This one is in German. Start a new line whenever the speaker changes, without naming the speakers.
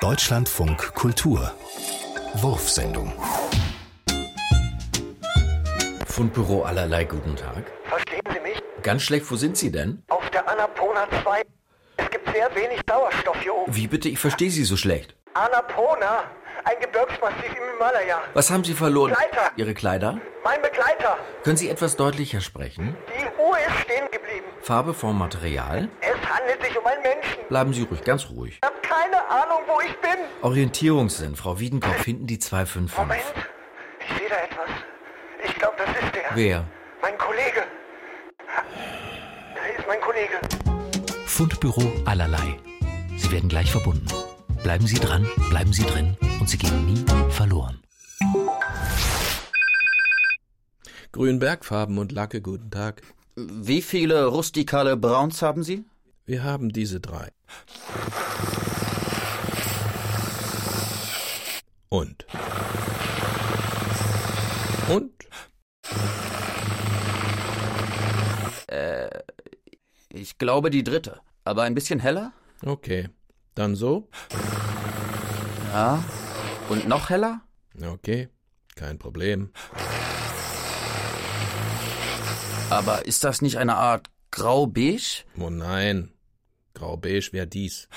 Deutschlandfunk Kultur. Wurfsendung.
Fundbüro allerlei guten Tag.
Verstehen Sie mich?
Ganz schlecht, wo sind Sie denn?
Auf der Annapona 2. Es gibt sehr wenig Sauerstoff hier oben.
Wie bitte, ich verstehe Sie so schlecht.
Annapona, ein Gebirgsmassiv im Himalaya.
Was haben Sie verloren?
Kleider.
Ihre Kleider?
Mein Begleiter.
Können Sie etwas deutlicher sprechen?
Die Uhr ist stehen geblieben.
Farbe vor Material?
Es handelt sich um einen Menschen.
Bleiben Sie ruhig, ganz ruhig.
Ich habe keine Ahnung, wo ich bin.
Orientierungssinn, Frau Wiedenkopf, hinten die 255.
Moment, ich sehe da etwas. Ich glaube, das ist er.
Wer?
Mein Kollege. Da ist mein Kollege.
Fundbüro allerlei. Sie werden gleich verbunden. Bleiben Sie dran, bleiben Sie drin und Sie gehen nie verloren.
Grünbergfarben und Lacke, guten Tag.
Wie viele rustikale Browns haben Sie?
Wir haben diese drei. Und. Und?
Ich glaube die dritte. Aber ein bisschen heller?
Okay. Dann so?
Ja. Und noch heller?
Okay. Kein Problem.
Aber ist das nicht eine Art grau-beige?
Oh nein. Grau-beige wäre dies.